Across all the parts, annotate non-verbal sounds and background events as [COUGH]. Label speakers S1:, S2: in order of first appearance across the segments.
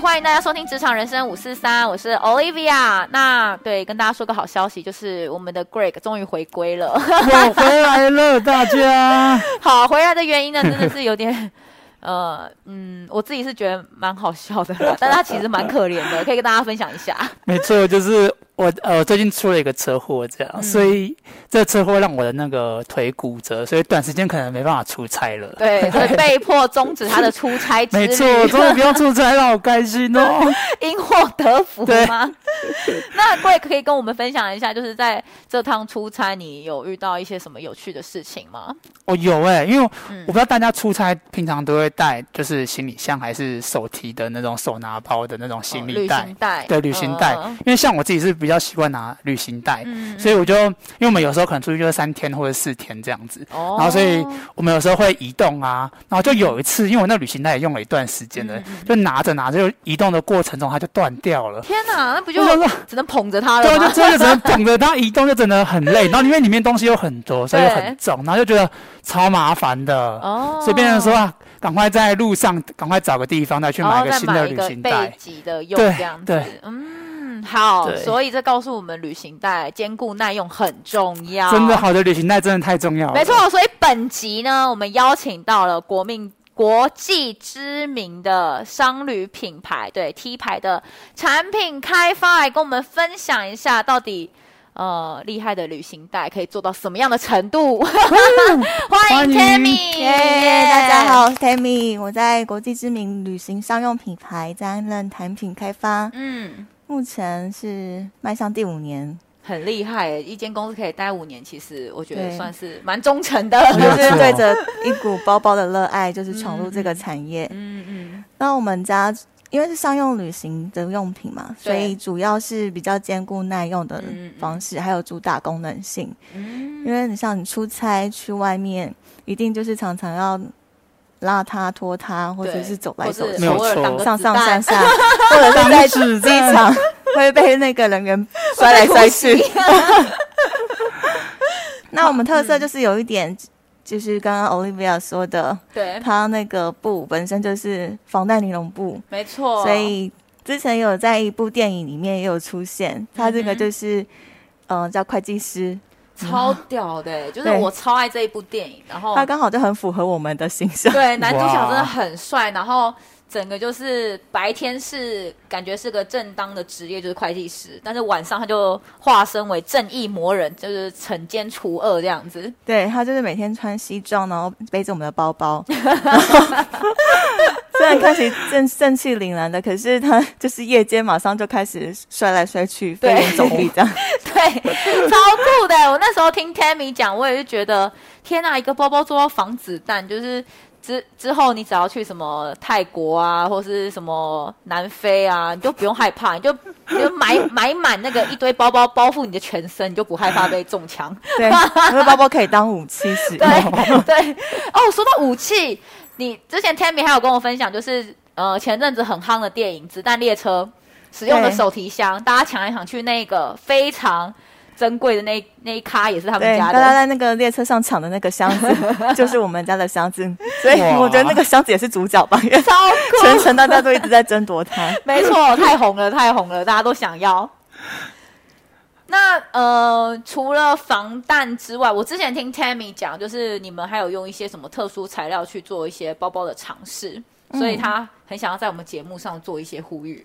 S1: 欢迎大家收听《职场人生五四三》，我是 Olivia。那对，跟大家说个好消息，就是我们的 Greg 终于回归了。 [LAUGHS]
S2: 我回来了，大家。
S1: 好，回来的原因呢，真的是有点。 [LAUGHS] 呃，嗯，我自己是觉得蛮好笑的 [LAUGHS] 啦，但他其实蛮可怜的，可以跟大家分享一下。
S2: [LAUGHS] 没错，就是我呃，我最近出了一个车祸，这样，所以这车祸让我的那个腿骨折，所以短时间可能没办法出差了。
S1: [LAUGHS] 对，所以被迫终止他的出差之旅。
S2: 没错，我终于不用出差了，好开心 [LAUGHS] 哦！
S1: [LAUGHS] 因祸得福吗？ [LAUGHS] 那贵可以跟我们分享一下，就是在这趟出差，你有遇到一些什么有趣的事情吗？
S2: 哦，有哎、因为我不知道大家出差平常都会带，就是行李箱还是手提的那种手拿包的那种行
S1: 哦
S2: 李
S1: 旅
S2: 袋。哦
S1: 行袋，
S2: 对旅行袋，
S1: 嗯
S2: 因为像我自己是比较习惯拿旅行袋，
S1: 嗯
S2: 所以我就因为我们有时候可能出去就是三天或者四天这样子，
S1: 哦
S2: 然后所以我们有时候会移动啊，然后就有一次，因为我那旅行袋也用了一段时间了，
S1: 嗯
S2: 就拿着拿着就移动的过程中它就断掉了。
S1: 天哪，那不就
S2: 我想说，
S1: 只能捧着他
S2: 对，啊
S1: 了
S2: 就
S1: 吗？
S2: 真的只能捧着它移动，就真的很
S1: [LAUGHS]
S2: 累。然后因为里面东西又很多，所以又很重，然后就觉得超麻烦的，
S1: 哦
S2: 所以变成说啊，赶快在路上赶快找个地方再去
S1: 然
S2: 买
S1: 后
S2: 一个
S1: 哦再
S2: 新的
S1: 买一
S2: 旅
S1: 个
S2: 行
S1: 备
S2: 袋。
S1: 急的用
S2: 对
S1: 这样子
S2: 对。
S1: 嗯，好，
S2: 对
S1: 所以这告诉我们，旅行袋坚固耐用很重要。
S2: 真的，好的旅行袋真的太重要了。
S1: 哦没错。所以本集呢，我们邀请到了国命。国际知名的商旅品牌，对 T 牌的产品开发，来跟我们分享一下，到底呃厉害的旅行袋可以做到什么样的程度？ [LAUGHS] 欢
S2: 欢
S1: 迎
S2: 迎
S1: Tammy，
S3: 嗯耶大家好，我是 Tammy，我在国际知名旅行商用品牌担任产品开发，
S1: 嗯，
S3: 目前是迈向第五年。
S1: 很厉害耶，一间公司可以待五年，其实我觉得
S3: 对
S1: 算是蛮忠诚的。
S3: 就
S2: 没有
S3: 是
S2: 错
S3: 对着一股包包的热爱，就是闯入这个产业。
S1: 嗯嗯，
S3: 那我们家因为是商用旅行的用品嘛，所以主要是比较兼顾耐用的
S1: 嗯嗯
S3: 方式，还有主打功能性。因为你像你出差去外面，一定就是常常要拉它、拖它，或者
S1: 对
S3: 是走
S1: 或
S3: 来走
S1: 是
S3: 去
S2: 没。有
S1: 偶尔
S2: 错
S1: 挡个
S3: 上
S1: 子
S3: 上
S1: 弹
S3: 下下， [LAUGHS] 或者是在
S2: 是
S3: 机场会被那个人 [LAUGHS] 员摔来摔去。那我们特色就是有一点，就是刚刚 Olivia 说的，
S1: 对，
S3: 它那个布本身就是防弹尼龙布，
S1: 没错，
S3: 所以之前有在一部电影里面也有出现，它这个就是。嗯，叫会计师，
S1: 超屌的耶，欸就是
S3: 对
S1: 我超爱这一部电影，然后
S3: 它刚好就很符合我们的形象。
S1: 对男主角真的
S2: 哇
S1: 很帅，然后。整个就是白天是感觉是个正当的职业，就是会计师，但是晚上他就化身为正义魔人，就是惩奸除恶这样子。
S3: 对，他就是每天穿西装，然后背着我们的
S1: [LAUGHS]
S3: 包包， [LAUGHS] 然后虽然看起来正正气凛然的，可是他就是夜间马上就开始摔来摔去，
S1: 对
S3: 飞檐走壁
S1: [LAUGHS]
S3: 这样。
S1: 对，超酷的！我那时候听 Tammy 讲，我也是觉得，天啊呐，一个包包做到防子弹，就是之之后你只要去什么泰国啊，或是什么南非啊，你就不用害怕，你就你就买买满那个一堆包包，包覆你的全身，你就不害怕被中枪。
S3: 对，因为包包可以当武器使
S1: 对
S3: 用。
S1: [LAUGHS] 对，哦，说到武器，你之前 Tammy 还有跟我分享，就是呃前阵子很夯的电影《子弹列车》使用的
S3: 对
S1: 手提箱，大家抢来抢去，那个非常珍贵的那那一咖也是他们
S3: 对，
S1: 家
S3: 大家
S1: 的。
S3: 在那个列车上抢的那个箱子，就是我们家的箱子，所以
S2: 哇
S3: 我觉得那个箱子也是主角吧，因为
S1: 超
S3: 全
S1: 酷，
S3: 程大家都一直在争夺它。
S1: 没错，太红了，太红了，大家都想要。那呃，除了防弹之外，我之前听 Tammy 讲，就是你们还有用一些什么特殊材料去做一些包包的尝试，所
S3: 嗯
S1: 以他很想要在我们节目上做一些呼吁。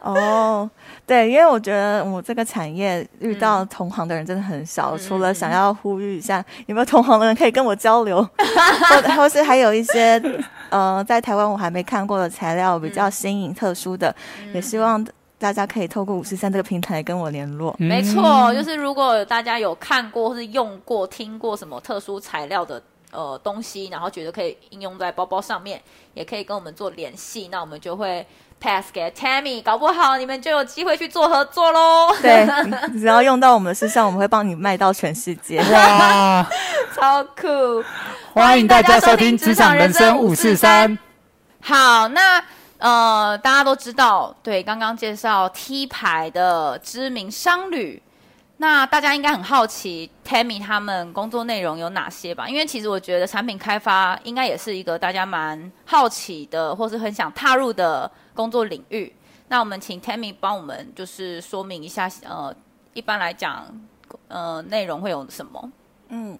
S3: 哦，对，因为我觉得我这个产业遇到同行的人真的很少，除了想要呼吁一下，有没有同行的人可以跟我交流，或或是还有一些呃，在台湾我还没看过的材料比较新颖特殊的，也希望大家可以透过五十三这个平台跟我联络。
S1: 没错，就是如果大家有看过或是用过、听过什么特殊材料的呃东西，然后觉得可以应用在包包上面，也可以跟我们做联系，那我们就会 pass 给 Tammy，搞不好你们就有机会去做合作喽。
S3: 对，嗯你只要用到我们的身上，我们会帮你卖到全世界。
S1: [LAUGHS]
S2: 哇！
S1: [LAUGHS] 超酷！
S2: 欢迎大家收听《职场人生五四三》。
S1: 好，那呃，大家都知道，对，刚刚介绍 T 牌的知名商旅那大家应该很好奇 Tammy 他们工作内容有哪些吧？因为其实我觉得产品开发应该也是一个大家蛮好奇的，或是很想踏入的工作领域。那我们请 Tammy 帮我们就是说明一下，呃，一般来讲，呃，内容会有什么？
S3: 嗯，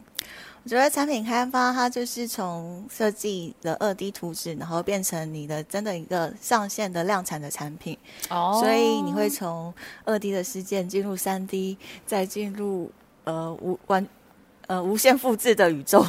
S3: 我觉得产品开发它就是从设计的二 D 图纸，然后变成你的真的一个上线的量产的产品，
S1: 哦
S3: 所以你会从二 D 的事件进入三 D，再进入呃无完呃无限复制的宇宙。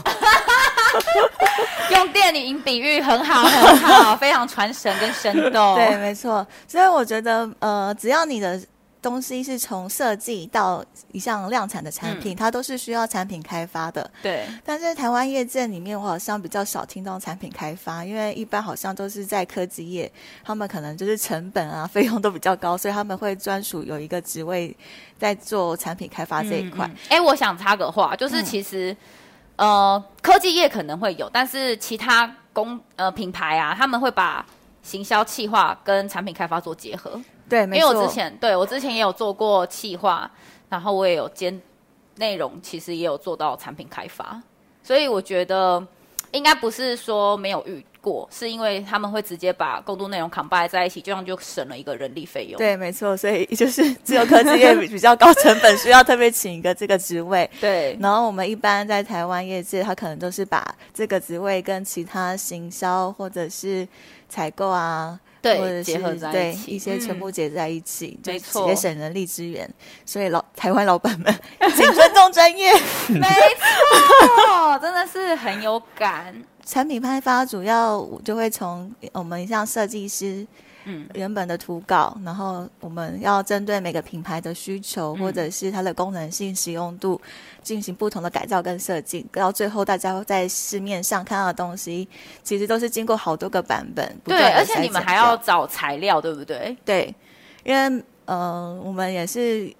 S1: 用电影比喻很好，很好， [LAUGHS] 非常传神跟生动。
S3: 对，，没错。所以我觉得，呃，只要你的东西是从设计到一项量产的
S1: 嗯
S3: 产品，它都是需要产品开发的。
S1: 对，
S3: 但是台湾业界里面，我好像比较少听到产品开发，因为一般好像都是在科技业，他们可能就是成本啊、费用都比较高，所以他们会专属有一个职位在做产品开发这一块。嗯
S1: 嗯。哎、我想插个话，就是其实、呃，科技业可能会有，但是其他公呃品牌啊，他们会把行销企划跟产品开发做结合。
S3: 对，
S1: 因
S3: 没
S1: 为
S3: 错。
S1: 我之前对我之前也有做过企划，然后我也有兼内容，其实也有做到产品开发，所以我觉得应该不是说没有遇过，是因为他们会直接把工作内容 combine 在一起，这样就省了一个人力费用。
S3: 对，没错，所以 [LAUGHS] 就是只有科技业比比较高成本，需要特别请一个这个职位。
S1: 对
S3: 然后我们一般在台湾业界，他可能都是把这个职位跟其他行销或者是采购啊，或者
S1: 对，
S3: 是
S1: 结合在
S3: 对
S1: 一起，
S3: 一些全部
S1: 嗯、
S3: 结在一起，就
S1: 没
S3: 是直
S1: 错
S3: 接省人力资源。所以老台湾老板们，请尊重专业。
S1: [LAUGHS] 没错，真的是很有感。
S3: 产品开发主要我就会从呃我们像设计师
S1: 嗯，
S3: 原本的图稿，然后我们要针对每个品牌的需求，
S1: 嗯
S3: 或者是它的功能性、使用度，进行不同的改造跟设计，到最后大家在市面上看到的东西，其实都是经过好多个版本，不
S1: 对，
S3: 断地
S1: 而且你
S3: 筛
S1: 们
S3: 选
S1: 还要
S3: 掉
S1: 找材料，对不对？
S3: 对，因为呃，我们也是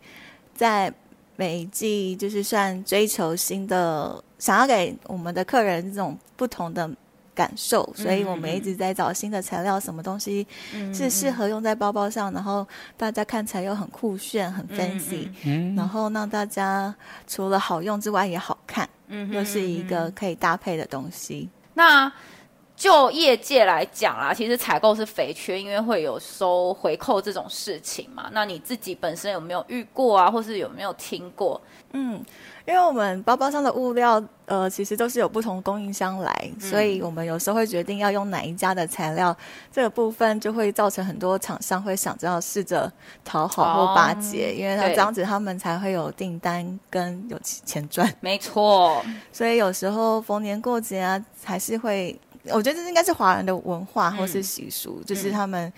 S3: 在每一季就是算追求新的，想要给我们的客人这种不同的。感受，所以我们一直在找新的材料，什么东西
S1: 嗯
S3: 是适合用在包包上，然后大家看起来又很酷炫、很 fancy，、
S1: 嗯
S2: 嗯，
S3: 然后让大家除了好用之外也好看，
S1: 嗯
S3: 又是一个可以搭配的东西。
S1: 那就业界来讲啦，其实采购是肥缺，因为会有收回扣这种事情嘛。那你自己本身有没有遇过啊，或是有没有听过？
S3: 嗯，因为我们包包上的物料，呃，其实都是有不同供应商来，
S1: 嗯
S3: 所以我们有时候会决定要用哪一家的材料，这个部分就会造成很多厂商会想着要试着讨好
S1: 哦
S3: 或巴结，因为他
S1: 对
S3: 这样子他们才会有订单跟有钱
S1: [LAUGHS]
S3: 赚。
S1: 没错，
S3: 所以有时候逢年过节啊，还是会，我觉得这应该是华人的文
S1: 嗯
S3: 化或是习俗，就是他们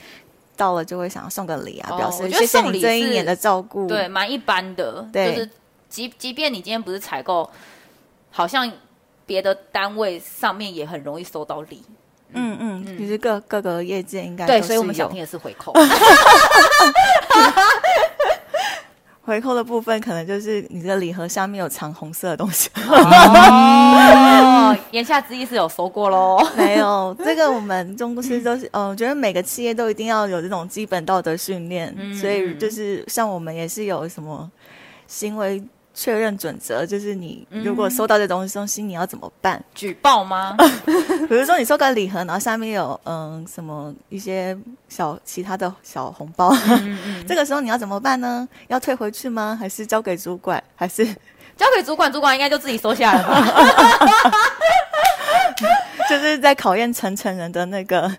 S3: 到了就会想要送个礼啊，
S1: 哦
S3: 表
S1: 我
S3: 示
S1: 觉得
S3: 谢谢
S1: 送礼
S3: 你这一
S1: 是
S3: 年的照顾。
S1: 对，蛮一般的，
S3: 嗯对
S1: 就是即即便你今天不是采购，好像别的单位上面也很容易收到礼。
S3: 嗯嗯，其实各各个业界应该
S1: 对，
S3: 都
S1: 所以我
S3: 是
S1: 们想
S3: 有
S1: 听的是回扣。
S3: 回扣的部分，可能就是你的礼盒下面有藏红色的东西。
S1: 哦，言下之意是有收过喽。
S3: 没有，这个我们中公司都是，嗯、我觉得每个企业都一定要有这种基本道德训练，
S1: 嗯
S3: 所以就是像我们也是有什么行为确认准则，就是你如果收到这东西，东西你要怎么办？
S1: 举报吗？
S3: 比如说你收个礼盒，然后下面有嗯什么一些小其他的小红包， [LAUGHS] 这个时候你要怎么办呢？要退回去吗？还是交给主管？还是
S1: 交给主管，主管应该就自己收下了吧？
S3: 就是在考验成成人的那个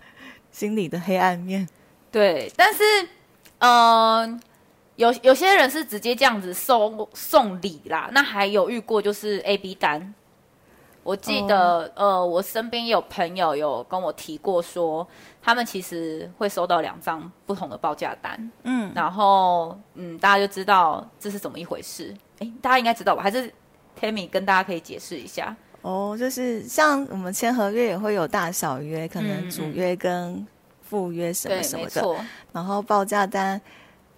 S3: 心理的黑暗面。
S1: 对，但是，嗯、有有些人是直接这样子送送礼啦。那还有遇过就是 A B 单，我记得、
S3: 哦
S1: 呃，我身边有朋友有跟我提过说，他们其实会收到两张不同的报价单，
S3: 嗯，
S1: 然后嗯，大家就知道这是怎么一回事。哎，大家应该知道吧？还是 Tammy 跟大家可以解释一下。
S3: 哦，就是像我们签合约也会有大小约，可能
S1: 嗯
S3: 主约跟副约什
S1: 对
S3: 么，什
S1: 没
S3: 么的，
S1: 错，
S3: 然后报价单。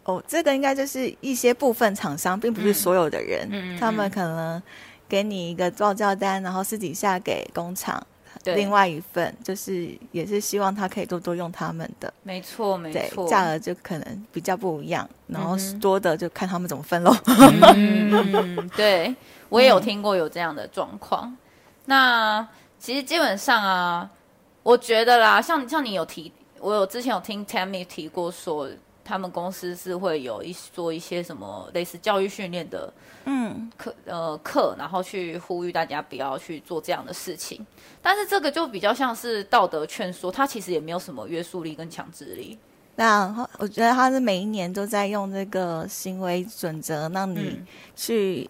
S3: 哦，这个应该就是一些部分厂商，并不是所有的人，
S1: 嗯嗯嗯
S3: 他们可能给你一个报价单，然后私底下给工厂，
S1: 对
S3: 另外一份，就是也是希望他可以多多用他们的，
S1: 没错，没
S3: 对
S1: 错，，
S3: 价格就可能比较不一样，然后
S1: 嗯哼
S3: 多的就看他们怎么分 [LAUGHS] 喽。
S1: 嗯，对我也有听过有这样的状况。那其实基本上啊，我觉得啦，像像你有提，我有之前有听 Tammy 提过说，他们公司是会有一做一些什么类似教育训练的
S3: 嗯，
S1: 课呃课，然后去呼吁大家不要去做这样的事情。但是这个就比较像是道德劝说，它其实也没有什么约束力跟强制力。
S3: 那我觉得他是每一年都在用这个行为准则，让你
S1: 嗯，
S3: 去，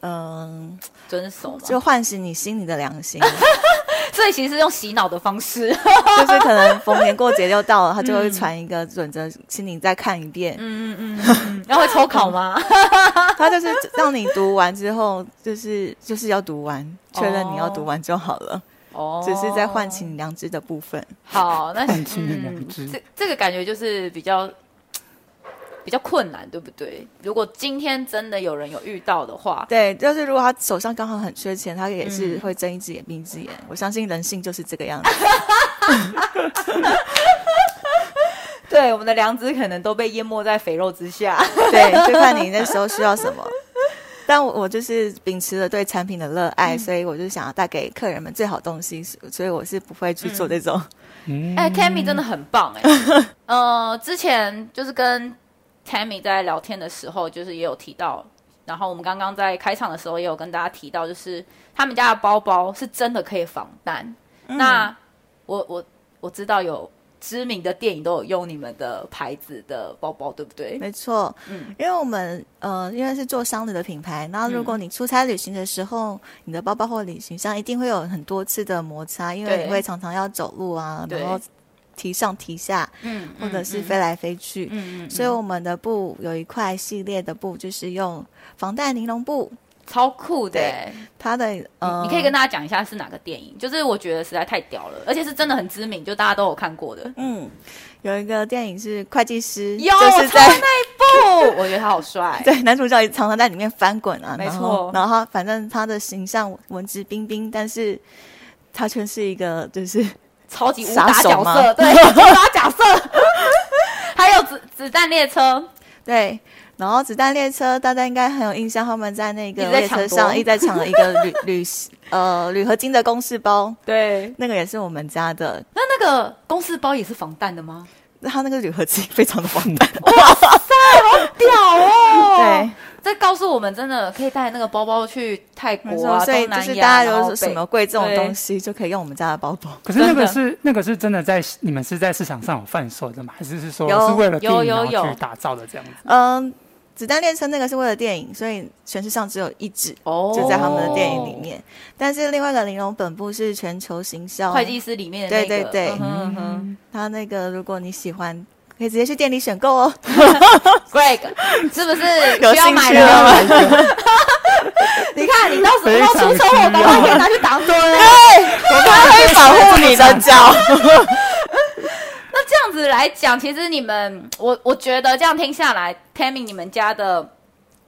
S3: 嗯、
S1: 遵守嘛，
S3: 就唤醒你心里的良心， [LAUGHS]
S1: 所以其实是用洗脑的方式。 [LAUGHS]
S3: 就是可能逢年过节就到了，他就会传一个准则，请你再看一遍。
S1: 嗯嗯嗯，然后会抽考吗？
S3: 他就是让你读完之后，就是就是要读完，确认你要读完就好了，
S1: 哦，
S3: [LAUGHS] 只是在唤。醒良知的部分。
S1: 好，那
S2: 唤醒的良知
S1: 嗯、这这个感觉就是比较比较困难，对不对？如果今天真的有人有遇到的话，
S3: 对，就是如果他手上刚好很缺钱，他也是
S1: 嗯
S3: 会睁一只眼闭一只眼。我相信人性就是这个样子。
S1: 对我们的良知可能都被淹没在肥肉之下。
S3: [LAUGHS] 对，就看你那时候需要什么。但我我就是秉持了对产品的
S1: 嗯
S3: 热爱，所以我就想要带给客人们最好东西，所以我是不会去做这种。
S2: 嗯，
S1: 哎、t a m m y 真的很棒哎、
S3: [LAUGHS]
S1: 呃，之前就是跟 Tammy 在聊天的时候，就是也有提到，然后我们刚刚在开场的时候也有跟大家提到，就是他们家的包包是真的可以防弹。
S3: 嗯
S1: 那我我我知道有知名的电影都有用你们的牌子的包包，对不对？
S3: 没错，
S1: 嗯
S3: 因为我们呃，因为是做商旅的品牌，那如
S1: 嗯
S3: 果你出差旅行的时候，你的包包或旅行箱一定会有很多次的摩擦，因为
S1: 对
S3: 你会常常要走路啊，
S1: 对
S3: 然后提上提下，
S1: 嗯，
S3: 或者是
S1: 嗯
S3: 飞来飞去。
S1: 嗯嗯嗯
S3: 所以我们的布有一块系列的布，就是用防弹尼龙布，
S1: 超酷的、
S3: 对
S1: 欸。
S3: 它的呃，
S1: 你可以跟大家讲一下是哪个电影，就是我觉得实在太屌了，而且是真的很知名，就大家都有看过的。
S3: 嗯，有一个电影是会计师，
S1: 有，
S3: 就
S1: 我
S3: 是
S1: 超爱
S3: 在
S1: 那一 [LAUGHS] 部，我觉得他好帅。欸
S3: [LAUGHS] 对男主角也常常在里面翻滚啊，
S1: 没
S3: 然
S1: 错
S3: 后然后他反正他的形象文质彬彬，但是他却是一个就是 [LAUGHS]
S1: 超级武打
S3: 杀手
S1: 角
S3: 吗
S1: 色，
S3: [LAUGHS]
S1: 对，武打角色， [LAUGHS] 还有子子弹列车，
S3: 对。然后子弹列车，大家应该很有印象，他们在那
S1: 一直
S3: 个
S1: 在
S3: 列车
S1: 抢夺
S3: 上一直在抢了
S1: [LAUGHS]
S3: 一个铝铝呃铝合金的公事包，
S1: 对。
S3: 那个也是我们家的。
S1: 那那个公司包也是防弹的
S3: [LAUGHS]
S1: 吗？
S3: 它那个铝合金非常的防弹，
S1: 屌 [LAUGHS] 哦！
S3: [LAUGHS] 对，，
S1: 这告诉我们真的可以带那个包包去泰
S3: 没
S1: 国
S3: 错。
S1: 啊，
S3: 所以
S1: 东
S3: 就
S1: 南
S3: 是
S1: 亚
S3: 大家
S1: 然后
S3: 有
S1: 北
S3: 什么贵重的
S1: 对
S3: 东西，就可以用我们家的包包。
S2: 可是那个
S1: 真
S2: 是那个是真的在你们是在市场上有贩售的吗？还是是说
S3: 有
S2: 是为了电
S1: 有
S2: 影然
S1: 有
S2: 后
S1: 有
S2: 去打造的这样子？
S3: 嗯，子弹列车那个是为了电影，所以全市上只有一只，
S1: 哦，
S3: 就在他们的电影里。面。但是另外一个玲珑本部是全球行销，
S1: 哦会计师里面的那个，
S3: 对对对
S1: 嗯哼嗯哼
S3: 它那个如果你喜欢，可以直接去店里选购哦。
S1: Greg 是不是
S3: [LAUGHS] 有
S1: 需要
S3: 兴
S1: 买
S3: 趣
S1: 了？
S3: [LAUGHS] 哦，
S1: 你看你到
S3: [LAUGHS]
S1: 时候出车祸，
S2: 非
S1: 搞不好
S2: 常需要
S1: 可以拿去挡对
S3: 啊它会保护你的脚。
S1: 那这样子来讲，其实你们，我我觉得这样听下来，Tammy 你们家的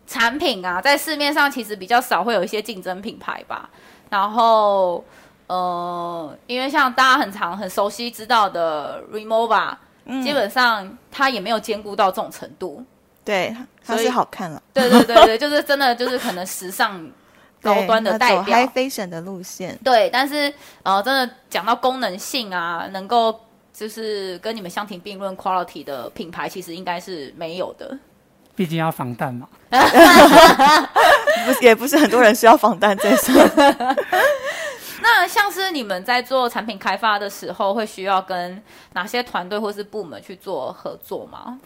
S1: 产品啊，在市面上其实比较少会有一些竞争品牌吧。然后，呃，因为像大家很常很熟悉知道的 Remova，、基本上它也没有兼顾到这种程度。
S3: 对，它
S1: 所以
S3: 是好看了。
S1: 对对对对，就是真的就是可能时尚 [LAUGHS] 高
S3: 对
S1: 端的
S3: 它
S1: 代
S3: 走 high
S1: 表。
S3: fashion 的路线，
S1: 对，但是呃，真的讲到功能性啊，能够就是跟你们相提并论 quality 的品牌，其实应该是没有的。
S2: 毕竟要防弹嘛。
S3: 不是也不是很多人需要防弹这种。
S1: [LAUGHS] 那像是你们在做产品开发的时候，会需要跟哪些团队或是部门去做合作吗？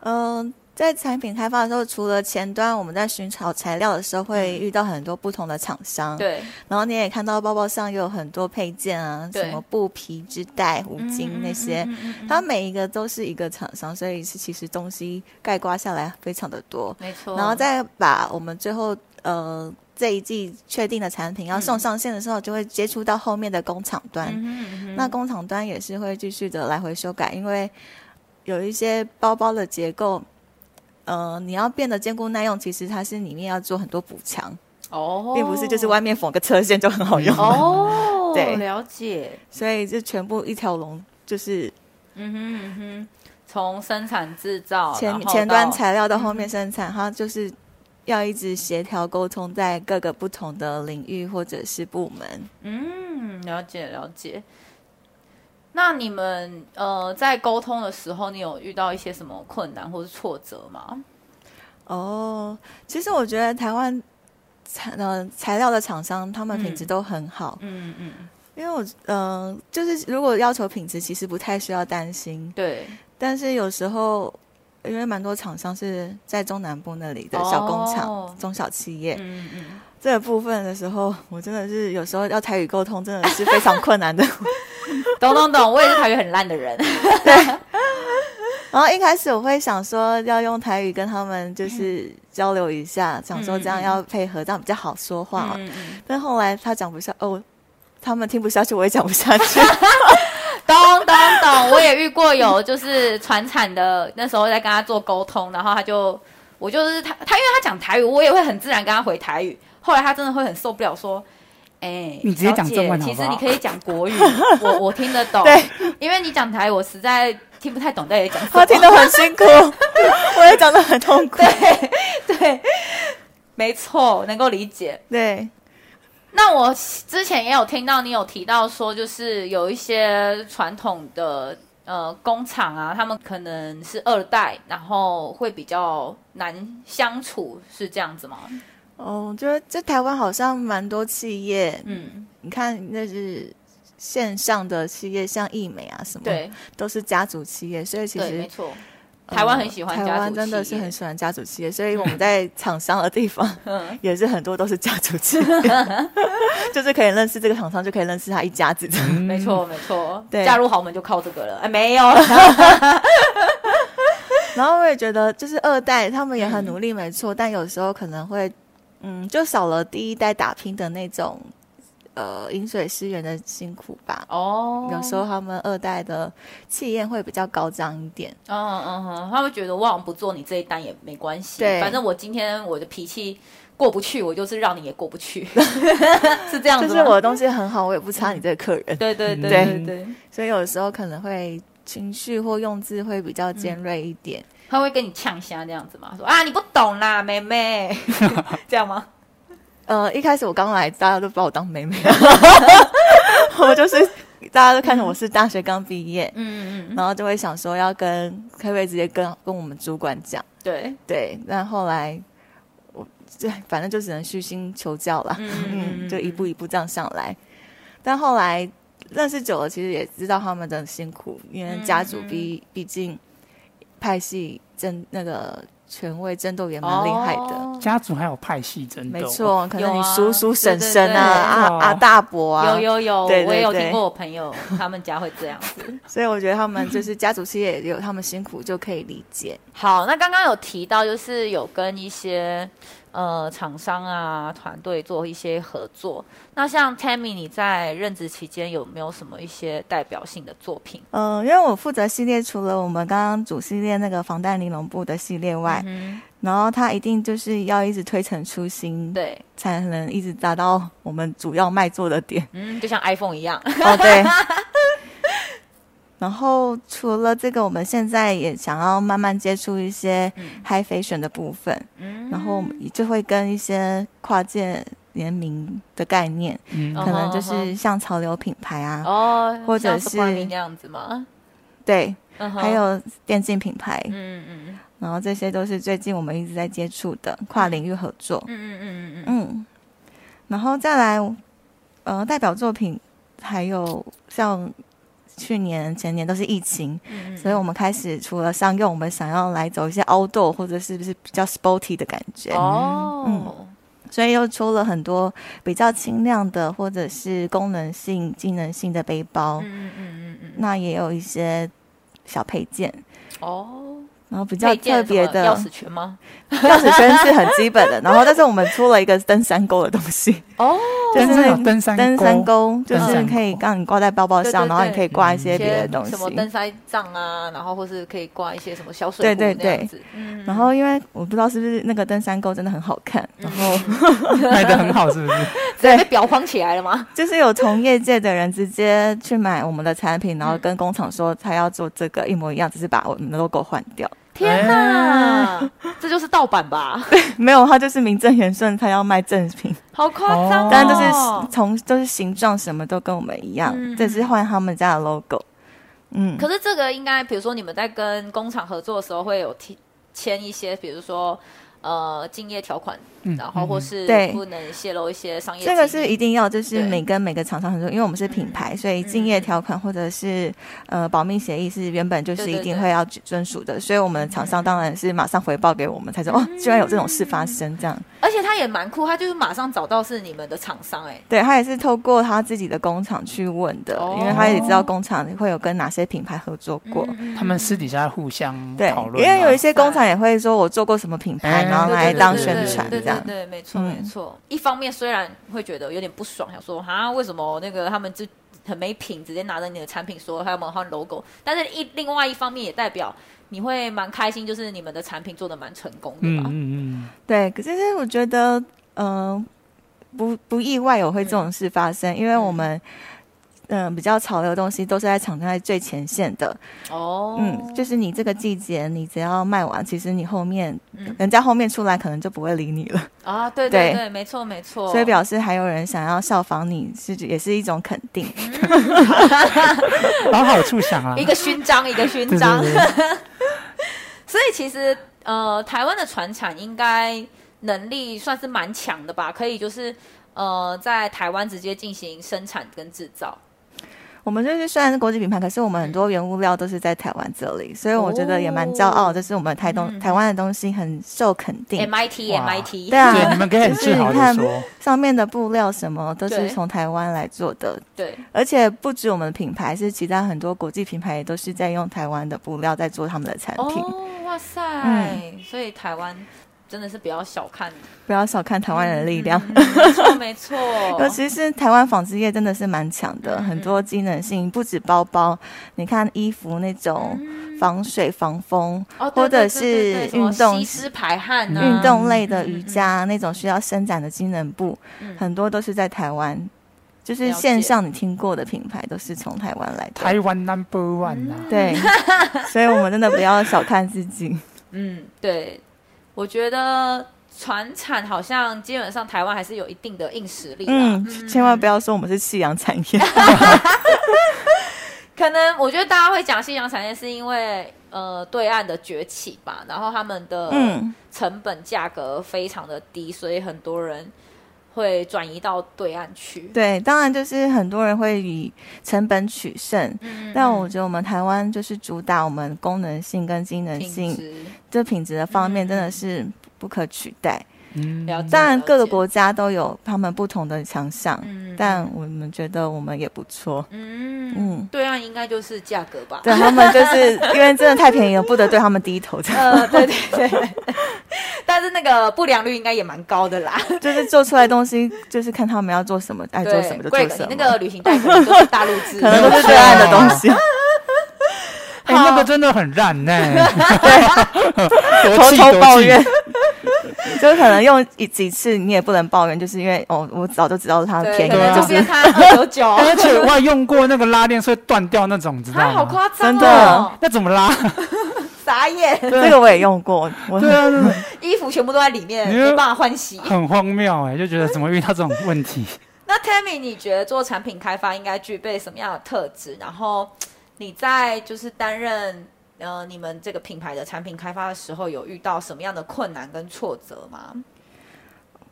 S3: 嗯，在产品开发的时候，除了前端，我们在寻找材料的时候
S1: 嗯
S3: 会遇到很多不同的厂商。
S1: 对，
S3: 然后你也看到包包上又有很多配件啊，
S1: 对
S3: 什么布皮、织带、五金那些，
S1: 嗯嗯嗯嗯嗯
S3: 它每一个都是一个厂商，所以是其实东西盖刮下来非常的多。
S1: 没错。
S3: 然后再把我们最后呃这一季确定的产品要送上线的时候，就会接触到后面的工厂端。
S1: 嗯哼嗯哼
S3: 那工厂端也是会继续的来回修改，因为有一些包包的结构，呃，你要变得坚固耐用，其实它是里面要做很多补强，
S1: 哦，
S3: 并不是就是外面缝个车线就很好用。
S1: 哦，
S3: 对
S1: 了解。
S3: [LAUGHS] 所以就全部一条龙，就是
S1: 嗯哼嗯哼，从生产制造然
S3: 前
S1: 后
S3: 前端
S1: 到
S3: 材哦料到嗯后面生产，它就是要一直协调沟通在各个不同的领域或者是部门。
S1: 嗯，了解了解。那你们呃在沟通的时候，你有遇到一些什么困难或是挫折吗？
S3: 哦，其实我觉得台湾材呃材料的厂商，他们
S1: 嗯
S3: 品质都很好，
S1: 嗯嗯，
S3: 因为我嗯、呃就是如果要求品质，其实不太需要担心，
S1: 对，
S3: 但是有时候。因为蛮多厂商是在中南部那里的小工厂、
S1: 哦
S3: 中小企业，
S1: 嗯嗯，
S3: 这个部分的时候，我真的是有时候要台语沟通，真的是非常
S1: [LAUGHS]
S3: 困难的。
S1: [LAUGHS] 懂懂懂，我也是台语很烂的人。
S3: 然后一开始我会想说要用台语跟他们就是交流一下，想说这样要配合，这样比较好说
S1: [LAUGHS]
S3: 话。哦
S1: 嗯嗯，
S3: 但后来他讲不下，哦，他们听不下去，我也讲不下
S1: [LAUGHS]
S3: 去。
S1: 懂懂懂，我也遇过有 [LAUGHS] 就是传产的，那时候在跟他做沟通，然后他就我就是他他因为他讲台语，我也会很自然跟他回台语。后来他真的会很受不了，说：“哎、
S2: 你直接讲
S1: 小姐
S2: 中文好
S1: 其
S2: 不
S1: 实
S2: 好
S1: 你可以讲国语，我我听得
S2: [LAUGHS]
S1: 懂。
S3: 对，
S1: 因为你讲台语，我实在听不太懂在讲什么。
S3: 他听得很辛苦，我也讲得很痛苦。
S1: [LAUGHS] 对，没错，能够理解。
S3: 对，
S1: 那我之前也有听到你有提到说，就是有一些传统的呃工厂啊，他们可能是二代，然后会比较难相处，是这样子吗？
S3: 哦，我觉得在台湾好像蛮多企业，
S1: 嗯，
S3: 你看那是线上的企业，像易美啊什么，，
S1: 对
S3: 都是家族企业，所以其
S1: 对，
S3: 实呃
S1: 没错。台湾很喜欢
S3: 嗯
S1: 家
S3: 台
S1: 族企业，
S3: 湾真的是很喜欢家族企业，所以我们在厂商的地方
S1: [LAUGHS] 嗯
S3: 也是很多都是家族
S1: [LAUGHS]
S3: 企业，就是可以认识这个厂商，就可以认识他一家子这样。
S1: 没错没错，
S3: 对
S1: 嫁入豪门就靠这个了。哎，没
S3: [LAUGHS]
S1: 有，
S3: 然后我也觉得，就是二代他们也很努力，没错，但有时候可能会，嗯，就少了第一代打拼的那种，呃，饮水思源的辛苦吧。
S1: 哦，
S3: 有时候他们二代的气焰会比较高涨一点，
S1: 嗯嗯哼，他会觉得我好像不做你这一单也没关系，
S3: 对
S1: 反正我今天我的脾气过不去，我就是让你也过不
S3: [LAUGHS]
S1: 去，是这样
S3: 就
S1: 子
S3: 是
S1: 吗？
S3: 我的东西很好，我也不差你这个客人，
S1: 对对对
S2: 对
S1: 对对，
S3: 所以有时候可能会情绪或用字会比较尖锐一点。
S1: 他会跟你呛虾这样子吗？说啊你不懂啦，妹妹， [LAUGHS] 这样吗？
S3: 呃，一开始我刚来，大家都把我当妹妹，我就是大家都看着我是大学刚毕业，
S1: 嗯嗯嗯，
S3: 然后就会想说要跟可不可以直接跟跟我们主管讲，
S1: 对，
S3: 对，但后来我对，反正就只能虚心求教啦，
S1: 嗯嗯
S3: 嗯，
S1: 嗯
S3: 就一步一步这样上来，但后来认识久了，其实也知道他们的辛苦，因为家族
S1: 嗯嗯
S3: 毕毕竟派系争那个权位争斗也蛮厉害的。
S1: 哦
S2: 家族还有派系争斗，
S3: 没，错，可
S1: 有
S3: 能你
S1: 啊
S3: 叔叔、
S1: 对
S3: 婶
S1: 对
S3: 婶啊、
S2: 对
S3: 啊
S2: 哦
S3: 啊大伯啊，
S1: 有有有，
S3: 对对
S1: 我也有听
S3: 对
S1: 过我朋友 [LAUGHS] 他们家会这样子。
S3: 所以我觉得他们就是家族企业也有他们辛苦，就可以理解。
S1: 好，那刚刚有提到，就是有跟一些呃厂商啊团队做一些合作。那像 Tammy，你在任职期间有没有什么一些代表性的作品？
S3: 嗯、因为我负责系列，除了我们刚刚主系列那个防弹尼龙布的系列外，
S1: 嗯
S3: 然后它一定就是要一直推陈出新
S1: 哼，，对，
S3: 才能一直达到我们主要卖座
S1: [LAUGHS]
S3: 的点。
S1: 嗯，就像 iPhone 一样，
S3: 哦，对。然后除了这个，我们现在也想要慢慢接触一些
S1: 嗯
S3: high fashion 的部分。
S1: 嗯
S3: 然后就会跟一些跨界联名的概念，
S2: 嗯，
S1: 哦
S3: 可能就是像潮流品牌啊，
S1: 哦，
S3: 或者
S1: 像
S3: 是
S1: Supreme 那样子嘛，
S3: 对，
S1: 嗯哼
S3: 还，有电竞品牌，
S1: 嗯嗯
S3: 然后这些都是最近我们一直在接触的跨领域合作
S1: 嗯，嗯嗯嗯嗯，
S3: 嗯，然后再来，呃，代表作品还有像去年前年都是疫情，
S1: 嗯嗯
S3: 所以我们开始除了商用，我们想要来走一些 outdoor 或者是不是比较 sporty 的感觉，嗯
S1: 哦，
S3: 所以又出了很多比较轻量的，或者是功能性、机能性的背包
S1: 嗯，嗯嗯嗯嗯，
S3: 那也有一些小配件，
S1: 哦，
S3: 然后比
S1: 比
S3: 较特别的
S1: 钥匙圈吗？
S3: 钥匙圈是很基本的，然后但是我们出了一个登山钩的东西，
S1: 哦，
S3: 就是
S2: 登山登山
S3: 登山钩，就
S2: 登
S3: 是
S2: 山
S3: 可以
S2: 钩
S3: 让你挂在包包上，
S1: 对对
S3: 然后你可以挂一些
S1: 一
S3: 别
S1: 些
S3: 的东
S1: 什么
S3: 西。
S1: 登山杖啊，然后或是可以挂一些什么小水
S3: 对
S1: 壶
S3: 对
S1: 那样
S3: 对
S1: 子嗯嗯
S3: 然后因为我不知道是不是那个登山钩真的很好看，然后
S2: [LAUGHS] 卖的很好，是不是？
S3: [LAUGHS]
S1: 对被裱框起来了吗？
S3: 就是有从业界的人直接去买我们的产品，
S1: 嗯
S3: 然后跟工厂说他要做这个一模一样，只是把我们的 logo 换掉。 [LAUGHS]
S1: 天哪，这就是盗版吧？
S3: 没有，他就是名正言顺，他要卖正品，
S1: 好夸张、哦！
S3: 但就是从就是形状什么都跟我们一样
S1: 嗯，
S3: 只是换他们家的 logo。嗯，
S1: 可是这个应该，比如说你们在跟工厂合作的时候，会有提签一些，比如说呃竞业条款，
S2: 嗯
S1: 然后或是
S3: 对
S1: 不能泄露一些商业机密。
S3: 这个是一定要，就是
S1: 对嗯
S3: 每跟每个厂商合作，因为我们是品牌，所以竞业条款或者是呃保密协议是原本就是
S1: 对对
S3: 一定
S1: 对
S3: 会要遵守的，所以我们的厂商当然是马上回报给我们，才说哦，居然有这种事发
S1: 嗯
S3: 生，这样。
S1: 而且他也蛮酷，他就是马上找到是你们的厂商、哎，
S3: 对他也是透过他自己的工厂去问的，
S1: 哦嗯
S3: 因为他也知道工厂会有跟哪些品牌合作过。
S2: 他们私底下互相
S3: 对
S2: 讨，论啊
S3: 因
S2: 嘛，
S3: 为有一些工厂也会说我做过什么品牌，
S2: 嗯
S3: 然后拿来
S1: 对对对
S3: 当
S1: 对
S3: 宣传
S1: 对
S3: 这
S1: 对
S3: 样
S1: 对。对，没错
S3: 嗯
S1: 没错。一方面虽然会觉得有点不爽，想说啊为什么那个他们就很没品，直接拿着你的产品说他们换 logo，但是一另外一方面也代表你会蛮开心，就是你们的产品做的蛮成功的
S2: 嗯
S1: 吧？
S2: 嗯
S3: 对，可是我觉得，嗯、不不意外有会这种事发生，因为我们。嗯，比较潮流的东西都是在厂商在最前线的。
S1: 哦，
S3: 嗯，就是你这个季节，你只要卖完，其实你后面、
S1: 嗯
S3: 人家后面出来可能就不会理你了。
S1: 啊，对对
S3: 对
S1: 对，没错没错。
S3: 所以表示还有人想要效仿你，是也是一种肯
S1: [LAUGHS]
S3: 定。
S2: 嗯，往好处想啊，
S3: [LAUGHS]
S1: 一个勋章一个勋
S2: 对
S1: 章
S2: 对，对，
S1: [LAUGHS] 所以其实呃，台湾的船产应该能力算是蛮强的吧，可以就是呃，在台湾直接进行生产跟制造。
S3: 我们就是虽然是国际品牌，可是我们很多原物料都是在台湾这里，所以我觉得也蛮骄傲，
S1: 哦
S3: 就是我们台东、
S1: 嗯哎
S3: 台湾的东西很受肯定。
S1: MIT
S2: 哇
S1: MIT，
S3: 对啊
S2: 对，你们可以很自豪的
S3: 就是你看
S2: 说，
S3: 上面的布料什么都
S1: 对
S3: 是从台湾来做的， [LAUGHS]
S1: 对
S3: 而且不止我们的品牌，是其他很多国际品牌也都是在用台湾的布料在做他们的产品。
S1: 哦，哇塞，
S3: 嗯
S1: 所以台湾真的是比较小看
S3: 不要小看台湾人的力量。
S1: 嗯没错没
S3: [LAUGHS]
S1: 错，
S3: 尤其是台湾纺织业真的是蛮强的，
S1: 嗯
S3: 很多机能性，不止包包，你看衣服那种
S1: 嗯
S3: 防水、防风，
S1: 哦，
S3: 或者
S1: 对对对对
S3: 是
S1: 什么
S3: 运动
S1: 吸湿排汗啊，
S3: 运动类的瑜伽、那种需要伸展的机能布，
S1: 嗯
S3: 很多都是在台湾，就是
S1: 了解
S3: 线上你听过的品牌都是从台湾来的。
S2: 台湾 number one 啊，
S3: [LAUGHS] 对，所以我们真的不要小看
S1: [LAUGHS]
S3: 自己。
S1: 嗯，对，我觉得船产好像基本上台湾还是有一定的硬实力啦。
S3: 嗯，千万不要说我们是夕阳产业。
S1: 可能我觉得大家会讲夕阳产业，是因为呃对岸的崛起吧，然后他们的
S3: [LAUGHS] 嗯
S1: 成本价格非常的低，所以很多人会转移到对岸去。
S3: 对，当然就是很多人会以成本取胜，
S1: 嗯，
S3: 但我觉得我们台湾就是主打我们功能性跟机能
S1: 品
S3: 性，
S1: 质
S3: 这品质的方面
S1: 嗯
S3: 真的是不可取代。
S2: 嗯，
S1: 了解，
S3: 当然，各
S1: 了
S3: 个
S1: 解
S3: 国家都有他们不同的强项，
S1: 嗯
S3: 但我们觉得我们也不错。
S1: 嗯，
S3: 嗯，
S1: 对岸应该就是价格吧。
S3: 对他们就是因为真的太便宜了，不得对他们低头，这样
S1: [LAUGHS] 呃，对对对， [LAUGHS] 但是那个不良率应该也蛮高的啦。
S3: 就是做出来东西就是看他们要做什么，爱
S1: 对，
S3: 做什么就
S1: 贵
S3: 做
S1: 哥
S3: 什么。
S1: 你那个旅行代购就是大陆制，
S3: [LAUGHS] 可能都是对岸的
S2: 啊
S3: 东西， [LAUGHS]
S2: 哎，那个真的很烂呢，
S3: [LAUGHS]
S2: 多
S3: 偷
S2: 气
S3: 偷抱
S2: 多
S3: 怨
S2: 气，，
S3: 就可能用一几次你也不能抱怨，就是因为哦，我早就知道它
S1: 对，
S3: 便宜，
S1: 可
S2: 对
S1: 能
S2: 啊
S3: 就
S1: 周
S3: 是
S1: 边摊二九九，
S2: 而且我还用过那个拉链是会断掉那种，知
S1: 他
S2: 道
S1: 好
S2: 吗？
S1: 夸张
S3: 真
S1: 哦
S3: 的，
S2: 那怎么拉？
S1: 傻眼，
S3: [LAUGHS] [LAUGHS] 这个我也用过，我
S2: 对啊，那
S1: 衣服全部都在里面，
S2: 你
S1: 没办法换洗。 [LAUGHS]
S2: 很荒谬哎，就觉得怎么遇到这种问题？
S1: 那 Tammy，你觉得做产品开发应该具备什么样的特质？然后你在就是担任呃你们这个品牌的产品开发的时候，有遇到什么样的困难跟挫折吗？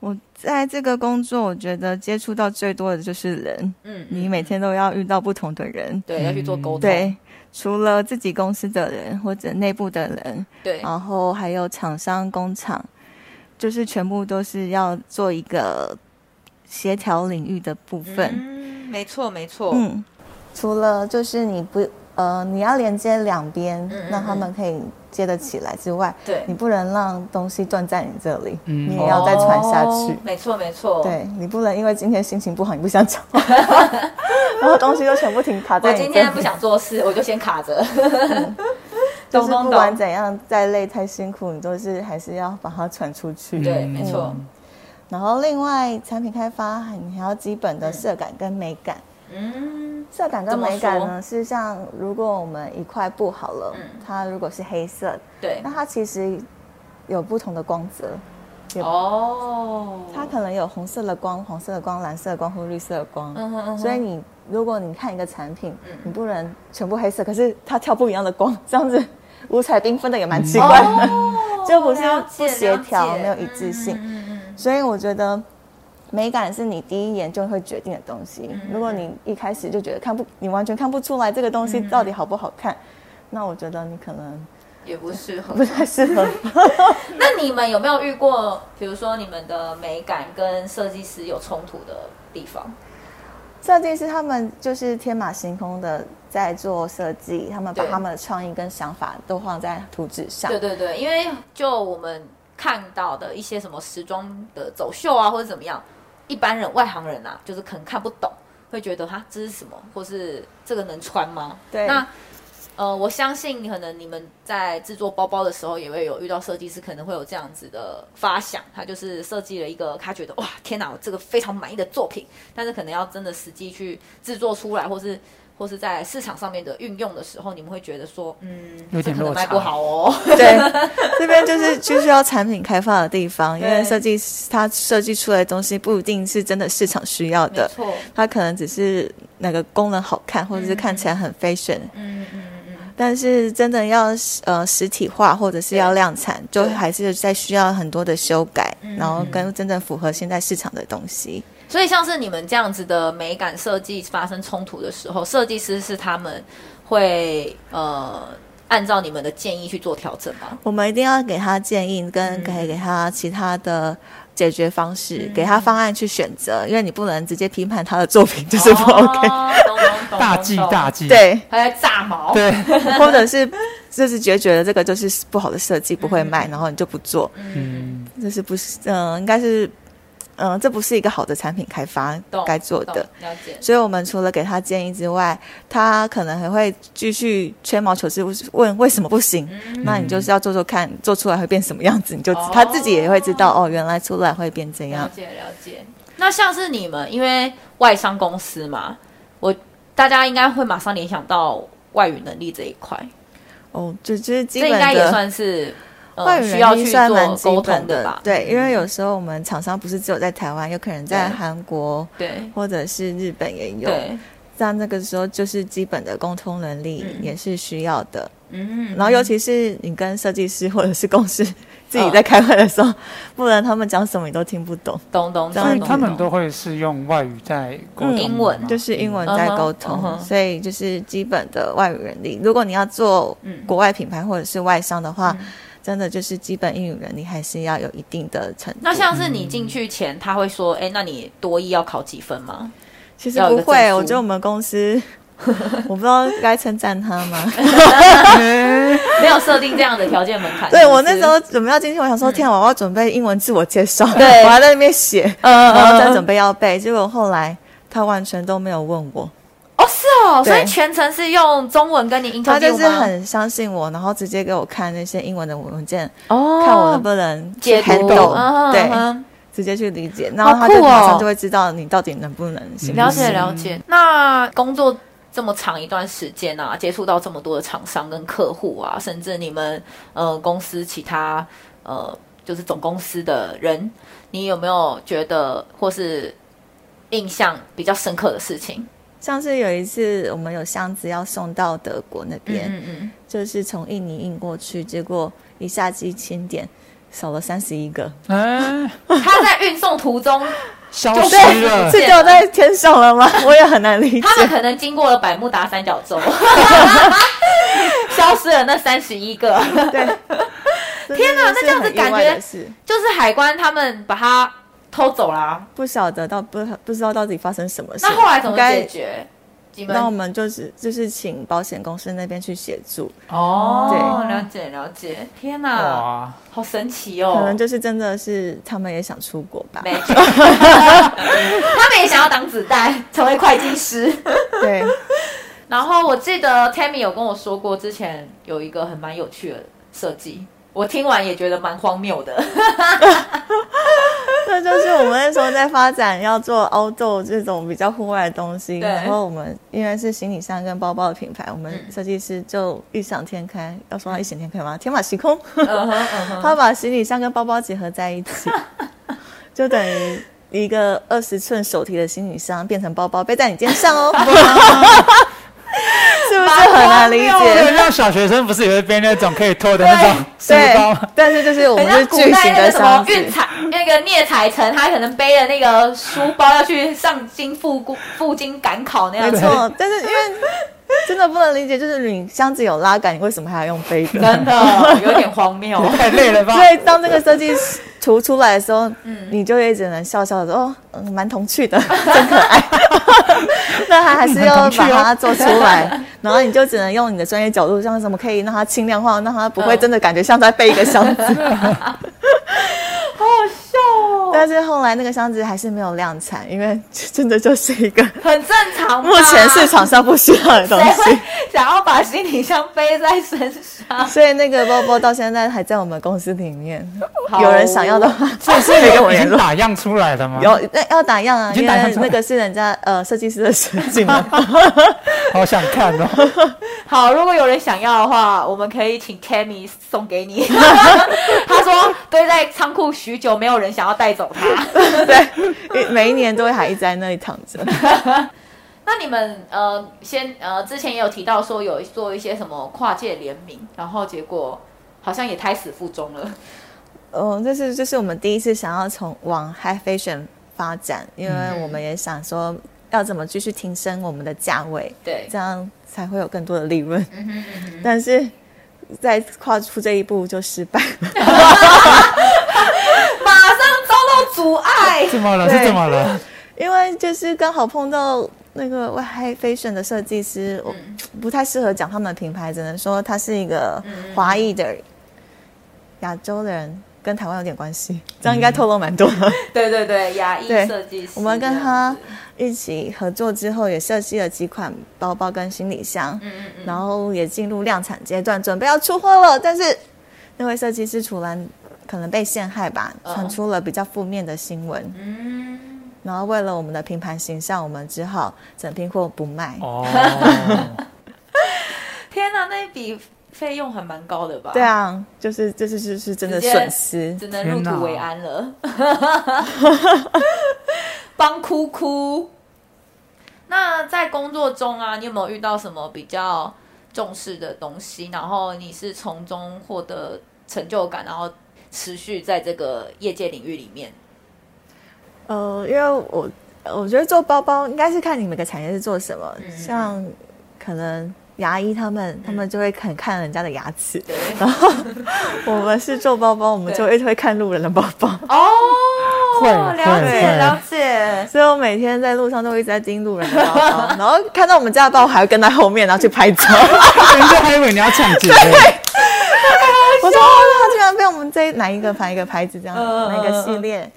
S3: 我在这个工作，我觉得接触到最多的就是人，
S1: 嗯，
S3: 你每天都要遇到不同的人，
S1: 对要去做沟通，
S3: 嗯对，除了自己公司的人或者内部的人，
S1: 对
S3: 然后还有厂商、工厂，就是全部都是要做一个协
S1: 嗯
S3: 调领域的部分。
S1: 嗯，没错没错，
S3: 嗯，除了就是你不呃，你要连接两边
S1: 嗯，
S3: 让他们可以接得起来之外，
S1: 对
S3: 你不能让东西断在你这里，
S2: 嗯
S3: 你也要再传下去
S1: 哦。没错没错，，
S3: 对你不能因为今天心情不好，你不想讲
S1: [LAUGHS]
S3: 话，然后东西都全部停卡
S1: 我
S3: 在你这
S1: 今
S3: 里。
S1: 天不想做事，我就先卡着。
S3: 嗯
S1: [LAUGHS]
S3: 就是
S1: 懂懂
S3: 不管
S1: 懂，
S3: 怎样，再累再辛苦，你都是还是要把它传出
S1: [LAUGHS]
S3: 去。
S2: 嗯
S1: 对，没错，
S3: 然后另外产品开发，你还要基本的色感跟美感。
S1: 嗯
S3: 色感跟美
S1: 怎
S3: 感
S1: 么
S3: 呢，是像如果我们一块布好了，
S1: 嗯
S3: 它如果是黑色，
S1: 对
S3: 那，它其实有不同的光泽，
S1: 哦，
S3: 它可能有红色的光、黄色的光、蓝色的光或绿色的光。
S1: 嗯哼嗯哼
S3: 所以你如果你看一个产品，
S1: 嗯
S3: 你不能全部黑色，可是它跳不一样的光， [LAUGHS] 这样子五彩缤纷的也蛮奇怪的。
S1: 哦
S3: 就不是
S1: 了解
S3: 不协调
S1: 了解
S3: 没有一致性
S1: 嗯嗯嗯
S3: [LAUGHS] 所以我觉得美感是你第一眼就会决定的东西。
S1: 嗯
S3: 如果你一开始就觉得看不，你完全看不出来这个东西到底好不好看，那我觉得你可能
S1: 嗯也不适合
S3: 不。太适合。
S1: 那你们有没有遇过，比如说你们的美感跟设计师有冲突的地方？
S3: 设计师他们就是天马行空的在做设计，他们把
S1: 对
S3: 他们的创意跟想法都放在图纸上
S1: 对。对对，因为就我们看到的一些什么时装的走秀啊，或者怎么样，一般人外行人啊，就是可能看不懂，会觉得哈这是什么，或是这个能穿吗？
S3: 对
S1: 那呃，我相信可能你们在制作包包的时候，也会有遇到设计师可能会有这样子的发想，他就是设计了一个他觉得哇天哪，我这个非常满意的作品，但是可能要真的实际去制作出来，或是。或是在市场上面的运用的时候，你们会觉得说，嗯，
S2: 有
S1: 这
S2: 点
S1: 可能
S2: 落
S1: 卖
S2: 差
S1: 不好哦。
S3: 对，这边就是就需要产品开发的地方，因为
S1: 对
S3: 设计师他设计出来的东西不一定是真的市场需要
S1: 没
S3: 的，
S1: 错，
S3: 它可能只是那个功能好看，或者是看起来很 fashion，、
S1: 嗯嗯嗯嗯，
S3: 但是真的要呃实体化或者是要量产，就
S1: 对
S3: 还是在需要很多的修改，
S1: 嗯
S3: 然后跟真正符合现在市场的东西。
S1: 所以像是你们这样子的美感设计发生冲突的时候，设计师是他们会呃按照你们的建议去做调整吗？
S3: 我们一定要给他建议，跟可以给他其他的。解决方式，
S1: 嗯
S3: 给他方案去选择，因为你不能直接批判他的作品，就是不 OK。
S1: [LAUGHS] 哦懂懂懂懂
S2: 大忌
S1: 懂
S2: 大忌。
S3: 对，
S1: 还在炸毛，
S2: 对，
S3: 或者是 [LAUGHS] 就是决绝了这个就是不好的设计，不会卖，然后你就不做。
S2: 嗯，
S3: 这是不是？嗯、应该是，嗯、这不是一个好的产品开发
S1: 懂
S3: 该做的
S1: 懂。了解，
S3: 所以我们除了给他建议之外，他可能还会继续吹毛求疵，问为什么不行。那你就是要做做看，做出来会变什么样子，你就、
S1: 嗯哦
S3: 他自己也会知道哦，原来出来会变这
S1: 了
S3: 样。
S1: 解了解。那像是你们因为外商公司嘛，我大家应该会马上联想到外语能力这一块，
S3: 哦，就就是基
S1: 这
S3: 本
S1: 应该也
S3: 的。
S1: 算是。呃
S3: 外语
S1: 需
S3: 能
S1: 要
S3: 力
S1: 去
S3: 算
S1: 做
S3: 蛮基
S1: 沟通
S3: 本
S1: 的
S3: 的
S1: 吧，？嗯
S3: 对，因为有时候我们厂商不是只有在台湾，有可能在
S1: 对
S3: 韩国
S1: 对
S3: 或者是日本也有。
S1: 对，
S3: 在那个时候，就是基本的沟通能力
S1: 嗯
S3: 也是需要的。
S1: 嗯嗯
S3: 然后，尤其是你跟设计师或者是公司
S1: [LAUGHS]
S3: 自己在开会的时候，不然他们讲什么你都听不懂，
S1: 懂懂
S3: 这
S1: 懂
S3: 样
S2: 所以
S1: 懂，
S3: 子
S2: 他们
S1: 懂
S2: 都会是用外语在沟通
S3: 嗯
S2: 吗，
S1: 英文
S3: 就是英文在沟通。
S1: 嗯哼嗯哼
S3: 所以，就是基本的外语能力。如果你要做
S1: 嗯
S3: 国外品牌或者是外商的话，
S1: 嗯
S3: 真的就是基本英语能力还是要有一定的程度。
S1: 那像是你进去前，他会说：“哎、那你多一要考几分吗 [LAUGHS]
S3: 其实
S1: 要有一
S3: 不
S1: 个
S3: 会，
S1: 证书
S3: 我觉得我们公
S1: [LAUGHS]
S3: 司，我不知道该称赞他吗？
S2: 哎？”
S1: 没有设定这样的条件门槛。
S3: 对
S1: 是不是嗯
S3: 我那时候准备要进去，我想说，天啊，我要准备英文自我介绍，
S1: 对
S3: 我还在那边写，
S1: 呃
S3: 然后在准备要背，结果后来他完全都没有问我，
S1: 哦，是哦，
S3: 对
S1: 所以全程是用中文跟你 interview 吗？
S3: 他就是很相信我，然后直接给我看那些英文的文件，
S1: 哦
S3: 看我能不能
S1: 解读
S3: handle，
S1: 嗯哼
S3: 对，
S1: 嗯
S3: 直接去理解，然
S1: 好
S3: 后
S1: 酷哦
S3: 他就马上就会知道你到底能不能行
S1: 哼
S3: 不
S1: 了
S3: 行。
S1: 解了解。那工作这么长一段时间啊，接触到这么多的厂商跟客户啊，甚至你们呃公司其他呃就是总公司的人，你有没有觉得或是印象比较深刻的事情？
S3: 上次有一次我们有箱子要送到德国那边，
S1: 嗯嗯。
S3: 就是从印尼印过去，结果一下机清点少了三十一个。
S2: 哎，
S1: [LAUGHS] 他在运送途中，
S2: 消
S1: 就
S2: 失了
S1: 是。
S3: 是掉在天上了
S1: [LAUGHS]
S3: 吗？我也很难理解
S1: 他。们可能经过了百慕达三角洲， [LAUGHS] 消失了那三十一个。 [LAUGHS]
S3: 对，
S1: 天哪那
S3: 真的是
S1: 这样子
S3: 很意外
S1: 感觉
S3: 的是
S1: 就是海关他们把它偷走啦、
S3: 不晓得到不不知道到底发生什么事。
S1: 那后来怎么
S3: 应该
S1: 解决？你
S3: 那我
S1: 们
S3: 们就是就是请保险公司那边去协助，
S1: 哦，
S3: 对
S1: 了解了解，天哪，
S2: 哇，
S1: 好神奇哦！
S3: 可能就是真的是他们也想出国吧。 [LAUGHS]
S1: 没错，他们也想要当子弹，成为会计师。
S3: 对，
S1: 然后我记得 Tammy 有跟我说过，之前有一个很蛮有趣的设计，我听完也觉得蛮荒谬的。
S3: 这就是我们 [LAUGHS] 那时候在发展要做 outdoor 这种比较户外的东西，
S1: 对
S3: 然后我们因为是行李箱跟包包的品牌，我们
S1: 嗯
S3: 设计师就异想天开，要说到异想天开吗？天马行空，
S1: 嗯哼嗯哼
S3: [LAUGHS] 他把行李箱跟包包结合在一起，就等于一个二十寸手提的行李箱变成包包背在你肩上
S1: [LAUGHS]
S3: 哦，是不是很难理
S1: 蛮荒谬
S3: 解
S1: 的？
S2: 对，那小学生不是也会背那种可以拖的那种书包
S3: 对
S2: 吗？，
S3: 但是就是我们
S1: 很
S3: 是
S1: 像古
S3: 巨
S1: 代
S3: 型
S1: 那
S3: 的
S1: 个什
S3: 箱
S1: 么
S3: 子，
S1: 运彩那个聂彩成，他可能背着那个书包要去上京赴故赴京赶考那样
S3: 没
S1: 子。
S3: 错，但是因为真的不能理解，就是你箱子有拉杆，你为什么还要用背
S1: [LAUGHS]
S3: 的？
S1: 真的有点荒
S3: [LAUGHS]
S1: 谬。
S2: 太累了吧？
S3: 所以当这个设计图出来的时候，
S1: 嗯
S3: 你就也只能笑笑的说：“哦，嗯，蛮童趣的，真可爱。” [LAUGHS] 那他还是要把
S1: 哦
S3: 它做出来，然后你就只能用你的专业角度，像什么可以让它轻量化，让它不会
S1: 嗯
S3: 真的感觉像在背一个箱子。
S1: [LAUGHS] 好好笑哦，
S3: 但是后来那个箱子还是没有量产，因为真的就是一个
S1: 很正常吧。
S3: 目前市场上不需要的东
S1: 谁
S3: 西
S1: 会。想要把行李箱背在身 [LAUGHS] 上？
S3: 所以那个包包到现在还在我们公司里面，
S1: 好
S3: 有人想要的话，
S2: 这是
S3: 可以跟我
S2: 已
S3: 联
S2: 经
S3: 络。
S2: 打样出来
S3: [LAUGHS]
S2: 了吗？哦
S3: 有那要打样啊，
S2: 已
S3: 因
S2: 经打样
S3: 为
S2: 出来
S3: 那个是人家呃设计师的设计嘛。
S2: 好想看哦！
S1: 好，如果有人想要的话，我们可以请 Tammy 送给你。 [LAUGHS] 他说堆在仓库许久，没有人想要带走它。 [LAUGHS]
S3: 对，每一年都会还一直在那里躺着。
S1: 那你们呃，先呃，之前也有提到说有做一些什么跨界联名，然后结果好像也胎死腹中了。
S3: 嗯，这是这是我们第一次想要从往 high fashion 发展，因为我们也想说要怎么继续提升我们的价位，
S1: [LAUGHS] 对，
S3: 这样才会有更多的利润。
S1: 嗯哼嗯哼
S3: 但是在跨出这一步就失败了。
S1: 马上遭到阻碍。
S2: 怎么了？是
S3: 对
S2: 怎么了？
S3: 因为就是刚好碰到那个外海 fashion 的设计师，我
S1: 嗯
S3: 不太适合讲他们的品牌，只能说他是一个
S1: 嗯
S3: 华裔的亚洲人，跟台湾有点关系，这样应该透露蛮多的。
S1: [LAUGHS] 对对对，牙医
S3: 对
S1: 设计师这样子。
S3: [LAUGHS] 我们跟
S1: 啊
S3: 他一起合作之后，也设计了几款包包跟行李箱，
S1: 嗯，嗯嗯
S3: 然后也进入量产阶段，准备要出货了。但是那位设计师楚兰可能被陷害吧，
S1: 嗯
S3: 传出了比较负面的新闻。
S1: 嗯。
S3: 然后为了我们的品牌形象，我们只好整批货不卖。 [LAUGHS]
S2: 哦，
S1: 天哪，那一笔费用还蛮高的吧？
S3: 对，啊，就是这是是是真的
S1: 直接
S3: 损失。
S1: 只能入
S2: 天哪
S1: 土为安了。 [LAUGHS] 帮哭哭。那在工作中啊，你有没有遇到什么比较重视的东西？然后你是从中获得成就感，然后持续在这个业界领域里面？
S3: 呃，因为我我觉得做包包应该是看你每个产业是做什么，
S1: 嗯
S3: 像可能牙医他们，他们就会很看人家的牙齿。 [LAUGHS]
S2: [LAUGHS]
S1: 对，
S3: 我们是做包包，我们就一直会看路人的包包，
S1: 哦，
S2: 会
S1: 了
S2: 会
S1: 解
S2: 会
S1: 了解。
S3: 所以我每天在路上都一直在盯路人的包包，然后看到我们家的包，我还会跟在后面，然后去
S1: [LAUGHS]
S3: 拍照。
S2: 人家还以为你要抢劫呢。
S3: [LAUGHS] 我说，哦他居然被我们这一哪一个牌一个牌子这样，
S1: 嗯
S3: 哪一个系列，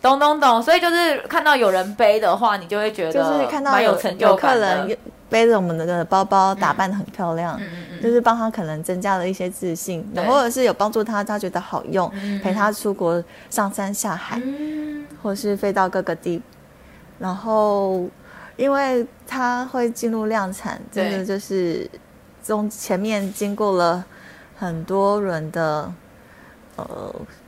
S1: 懂懂懂，所以就是看到有人背的话，你就会觉得
S3: 就是看到
S1: 嗯蛮有
S3: 有
S1: 成就
S3: 客
S1: 感的。
S3: 人背着我们的包包，打扮的很漂亮。
S1: 嗯嗯嗯，
S3: 就是帮他可能增加了一些自信，
S1: 对
S3: 然后或者是有帮助他，他觉得好用，
S1: 嗯
S3: 陪他出国上山下海，
S1: 嗯
S3: 或是飞到各个地。然后，因为他会进入量产，
S1: 对
S3: 真的就是中前面经过了很多轮的呃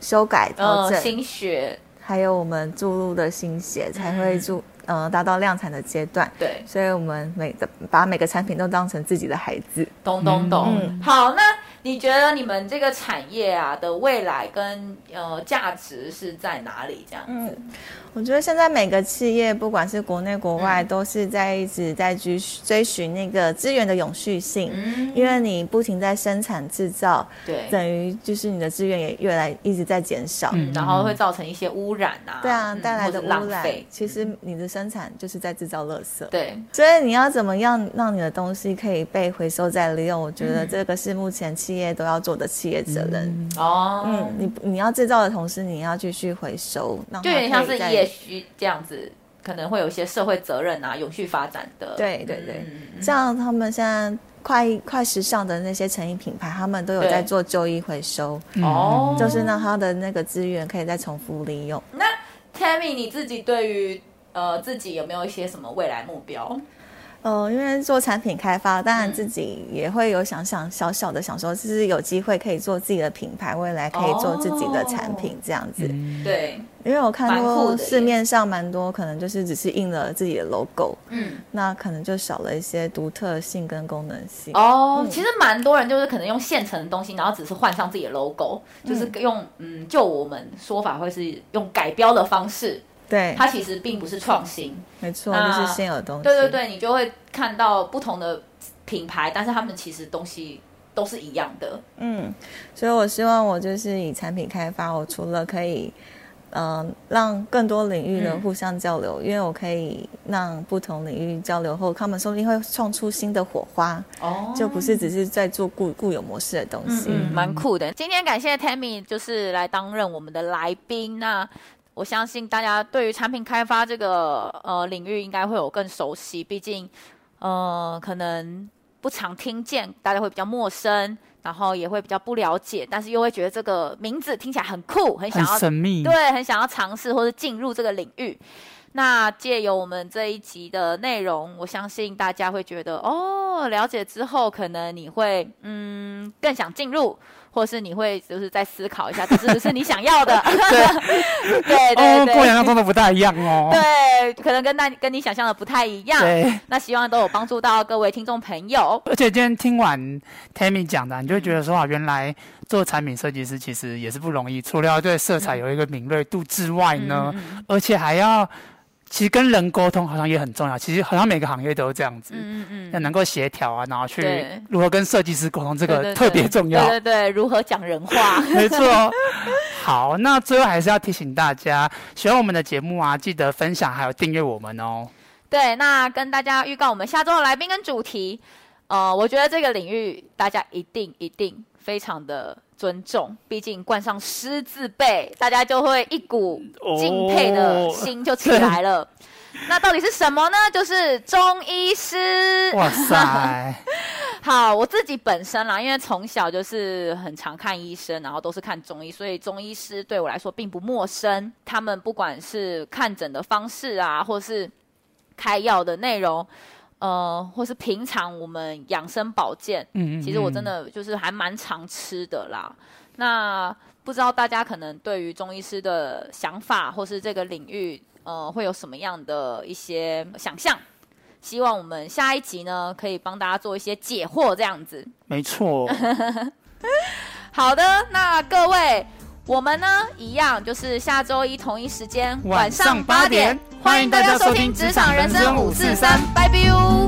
S3: 修改调
S1: 呃，
S3: 整，
S1: 心血
S3: 还有我们注入的心血，才会注呃达到量产的阶段。
S1: 对，
S3: 所以我们每个把每个产品都当成自己的孩子。
S1: 懂懂懂。
S3: 嗯
S1: 好，那你觉得你们这个产业啊的未来跟呃价值是在哪里？这样
S3: 嗯
S1: 子，
S3: 我觉得现在每个企业，不管是国内国外，都是在一直在追追寻那个资源的永续性，
S1: 嗯，
S3: 因为你不停在生产制造，
S1: 对，
S3: 等于就是你的资源也越来一直在减少。
S1: 嗯嗯然后会造成一些污染啊，
S3: 对啊，
S1: 嗯
S3: 带来
S1: 或
S3: 的
S1: 是
S3: 污
S1: 浪
S3: 染
S1: 费，嗯
S3: 其实你的生产就是在制造垃圾。
S1: 对，
S3: 所以你要怎么样让你的东西可以被回收再利用？我觉得这个是目前企业都要做的企业责任。嗯，
S1: 哦，
S3: 你你要制造的同时，你要继续回收，让
S1: 就有
S3: 它
S1: 点像
S3: 可
S1: 是
S3: 以再
S1: 也许这样子，可能会有一些社会责任啊，永续发展的。
S3: 对对对
S1: 嗯
S3: 像他们现在快快时尚的那些成衣品牌，他们都有
S1: 对
S3: 在做旧衣回收，
S1: 哦，
S3: 嗯就是让它的那个资源可以再重复利用。
S1: 那 Tammy 你自己对于呃自己有没有一些什么未来目标？
S3: 呃，因为做产品开发，当然
S1: 嗯
S3: 自己也会有想想小小的想说，就是有机会可以做自己的品牌，未来可以做自己的产品这样子。
S2: 嗯
S1: 对，
S3: 因为我看
S1: 哦蛮酷
S3: 过
S1: 的耶
S3: 市面上蛮多，可能就是只是印了自己的 logo，
S1: 嗯，
S3: 那可能就少了一些独特性跟功能性。
S1: 哦，其实蛮多人就是可能用现成的东西，然后只是换上自己的 logo，、就是用嗯，就我们说法会是用改标的方式，
S3: 对，嗯
S1: 它其实并不是创新。
S3: 没错，就
S1: 那
S3: 是现有东西。
S1: 对对对，你就会看到不同的品牌，但是他们其实东西都是一样的。
S3: 嗯，所以我希望我就是以产品开发，我除了可以，嗯、让更多领域的
S1: 嗯
S3: 互相交流，因为我可以让不同领域交流后，他们说不定会创出新的火花，
S1: 哦
S3: 就不是只是在做固固有模式的东西。
S1: 嗯，蛮酷的。今天感谢 Tammy 就是来担任我们的来宾，那。我相信大家对于产品开发这个呃领域应该会有更熟悉，毕竟呃可能不常听见，大家会比较陌生，然后也会比较不了解，但是又会觉得这个名字听起来很酷，很想
S2: 很
S1: 要
S2: 神秘，
S1: 对，很想要尝试或者进入这个领域。那借由我们这一集的内容，我相信大家会觉得哦，了解之后，可能你会嗯更想进入，或是你会就是再思考一下，这是
S2: [LAUGHS]
S1: 不是你想要的？对 [LAUGHS] 对
S2: 哦，
S1: 对
S2: 跟
S1: 对
S2: 我想象中的不大一样哦。
S1: 对，啊可能跟那跟你想象的不太一样。
S2: 对
S1: 那希望都有帮助到各位听众朋友。
S2: 而且今天听完 Tammy 讲的，你就会觉得说啊，原来做产品设计师其实也是不容易，除了要对色彩有一个敏锐度之外呢，
S1: 嗯
S2: 而且还要其实跟人沟通好像也很重要。其实好像每个行业都这样子，
S1: 嗯嗯
S2: 要能够协调啊，然后去
S1: 对
S2: 如何跟设计师沟通，这
S1: 对
S2: 个
S1: 对
S2: 特
S1: 对
S2: 别重要。
S1: 对对对，如何讲人话？[LAUGHS]
S2: 没错。好，那最后还是要提醒大家，喜欢我们的节目啊，记得分享还有订阅我们哦。
S1: 对，那跟大家预告我们下周的来宾跟主题，呃，我觉得这个领域大家一定一定非常的尊重，毕竟冠上狮字辈，大家就会一股敬佩的
S2: 哦
S1: 心就起来了。
S2: [LAUGHS]
S1: 那到底是什么呢？就是中医师。
S2: 哇塞，
S1: 好，我自己本身啦，因为从小就是很常看医生，然后都是看中医，所以中医师对我来说并不陌生。他们不管是看诊的方式啊，或是开药的内容，呃，或是平常我们养生保健，
S2: 嗯，嗯
S1: 其实我真
S2: 嗯
S1: 的就是还蛮常吃的啦。那不知道大家可能对于中医师的想法，或是这个领域，呃，会有什么样的一些想象？希望我们下一集呢，可以帮大家做一些解惑，这样子。
S2: 没错。
S1: 好的，那各位，我们呢一样就是下周一同一时间
S2: 晚上
S1: 八
S2: 八点
S1: 点，欢迎大家收听《职场人生五四三》，拜拜哟。